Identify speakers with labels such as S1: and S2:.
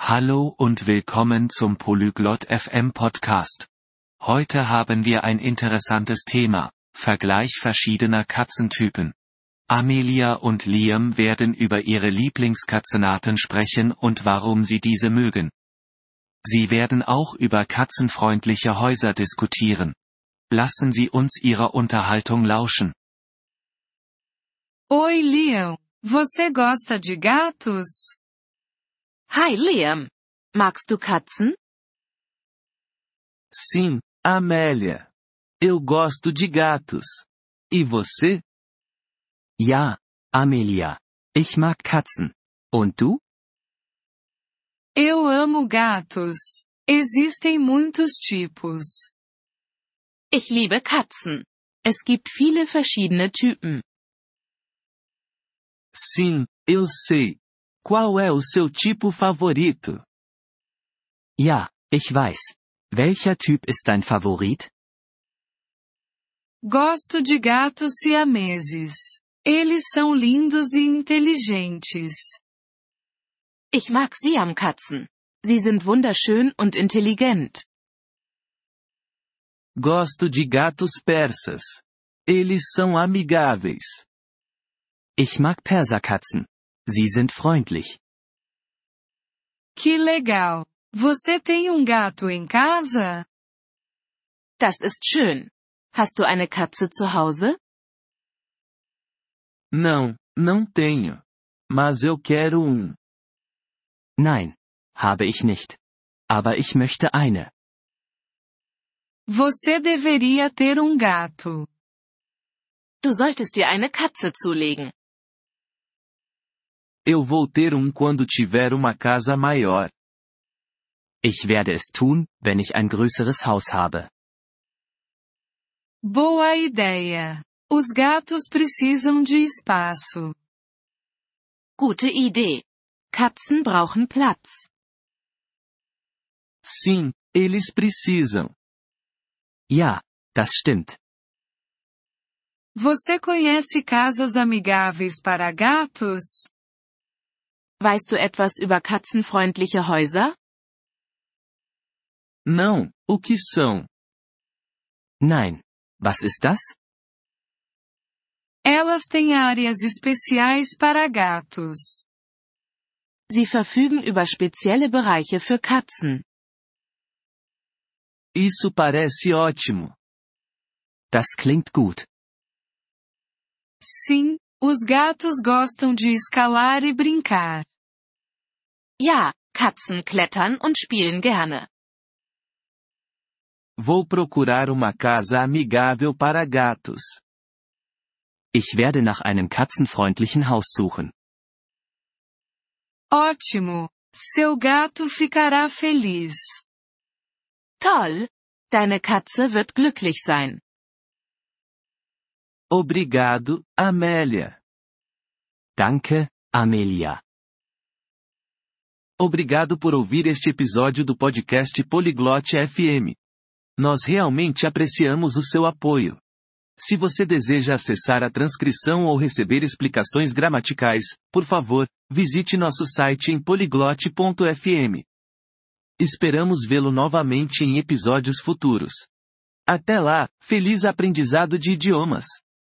S1: Hallo und willkommen zum Polyglot FM Podcast. Heute haben wir ein interessantes Thema, Vergleich verschiedener Katzentypen. Amelia und Liam werden über ihre Lieblingskatzenarten sprechen und warum sie diese mögen. Sie werden auch über katzenfreundliche Häuser diskutieren. Lassen Sie uns Ihrer Unterhaltung lauschen.
S2: Oi, Liam. Você gosta de gatos?
S3: Hi Liam. Magst du Katzen?
S4: Sim, Amélia. Eu gosto de gatos. E você?
S5: Ja, Amelia. Ich mag Katzen. Und du?
S2: Eu amo gatos. Existem muitos tipos.
S3: Ich liebe Katzen. Es gibt viele verschiedene Typen.
S4: Sim, eu sei. Qual é o seu tipo favorito?
S5: Ja, ich weiß. Welcher Typ ist dein Favorit?
S2: Gosto de gatos siameses. Eles são lindos e inteligentes.
S3: Ich mag Siamkatzen. Sie sind wunderschön und intelligent.
S4: Gosto de gatos persas. Eles são amigáveis.
S5: Ich mag Perserkatzen. Sie sind freundlich.
S2: Que legal! Você tem um gato em casa?
S3: Das ist schön. Hast du eine Katze zu Hause?
S4: Não, não tenho. Mas eu quero um.
S5: Nein, habe ich nicht. Aber ich möchte eine.
S2: Você deveria ter um gato.
S3: Du solltest dir eine Katze zulegen.
S4: Eu vou ter um quando tiver uma casa maior.
S5: Ich werde es tun, wenn ich ein größeres Haus habe.
S2: Boa ideia! Os gatos precisam de espaço.
S3: Gute Idee. Katzen brauchen Platz.
S4: Sim, eles precisam.
S5: Ja, das stimmt.
S2: Você conhece casas amigáveis para gatos?
S3: Weißt du etwas über katzenfreundliche Häuser?
S4: Não, o que são?
S5: Nein. Was ist das?
S2: Elas têm áreas especiais para gatos.
S3: Sie verfügen über spezielle Bereiche für Katzen.
S4: Isso parece ótimo.
S5: Das klingt gut.
S2: Sim, os gatos gostam de escalar e brincar.
S3: Ja, Katzen klettern und spielen gerne.
S4: Vou procurar uma casa amigável para gatos.
S5: Ich werde nach einem katzenfreundlichen Haus suchen.
S2: Ótimo! Seu gato ficará feliz.
S3: Toll! Deine Katze wird glücklich sein.
S4: Obrigado, Amélia.
S5: Danke, Amelia.
S4: Obrigado por ouvir este episódio do podcast Poliglote FM. Nós realmente apreciamos o seu apoio. Se você deseja acessar a transcrição ou receber explicações gramaticais, por favor, visite nosso site em poliglote.fm. Esperamos vê-lo novamente em episódios futuros. Até lá, feliz aprendizado de idiomas!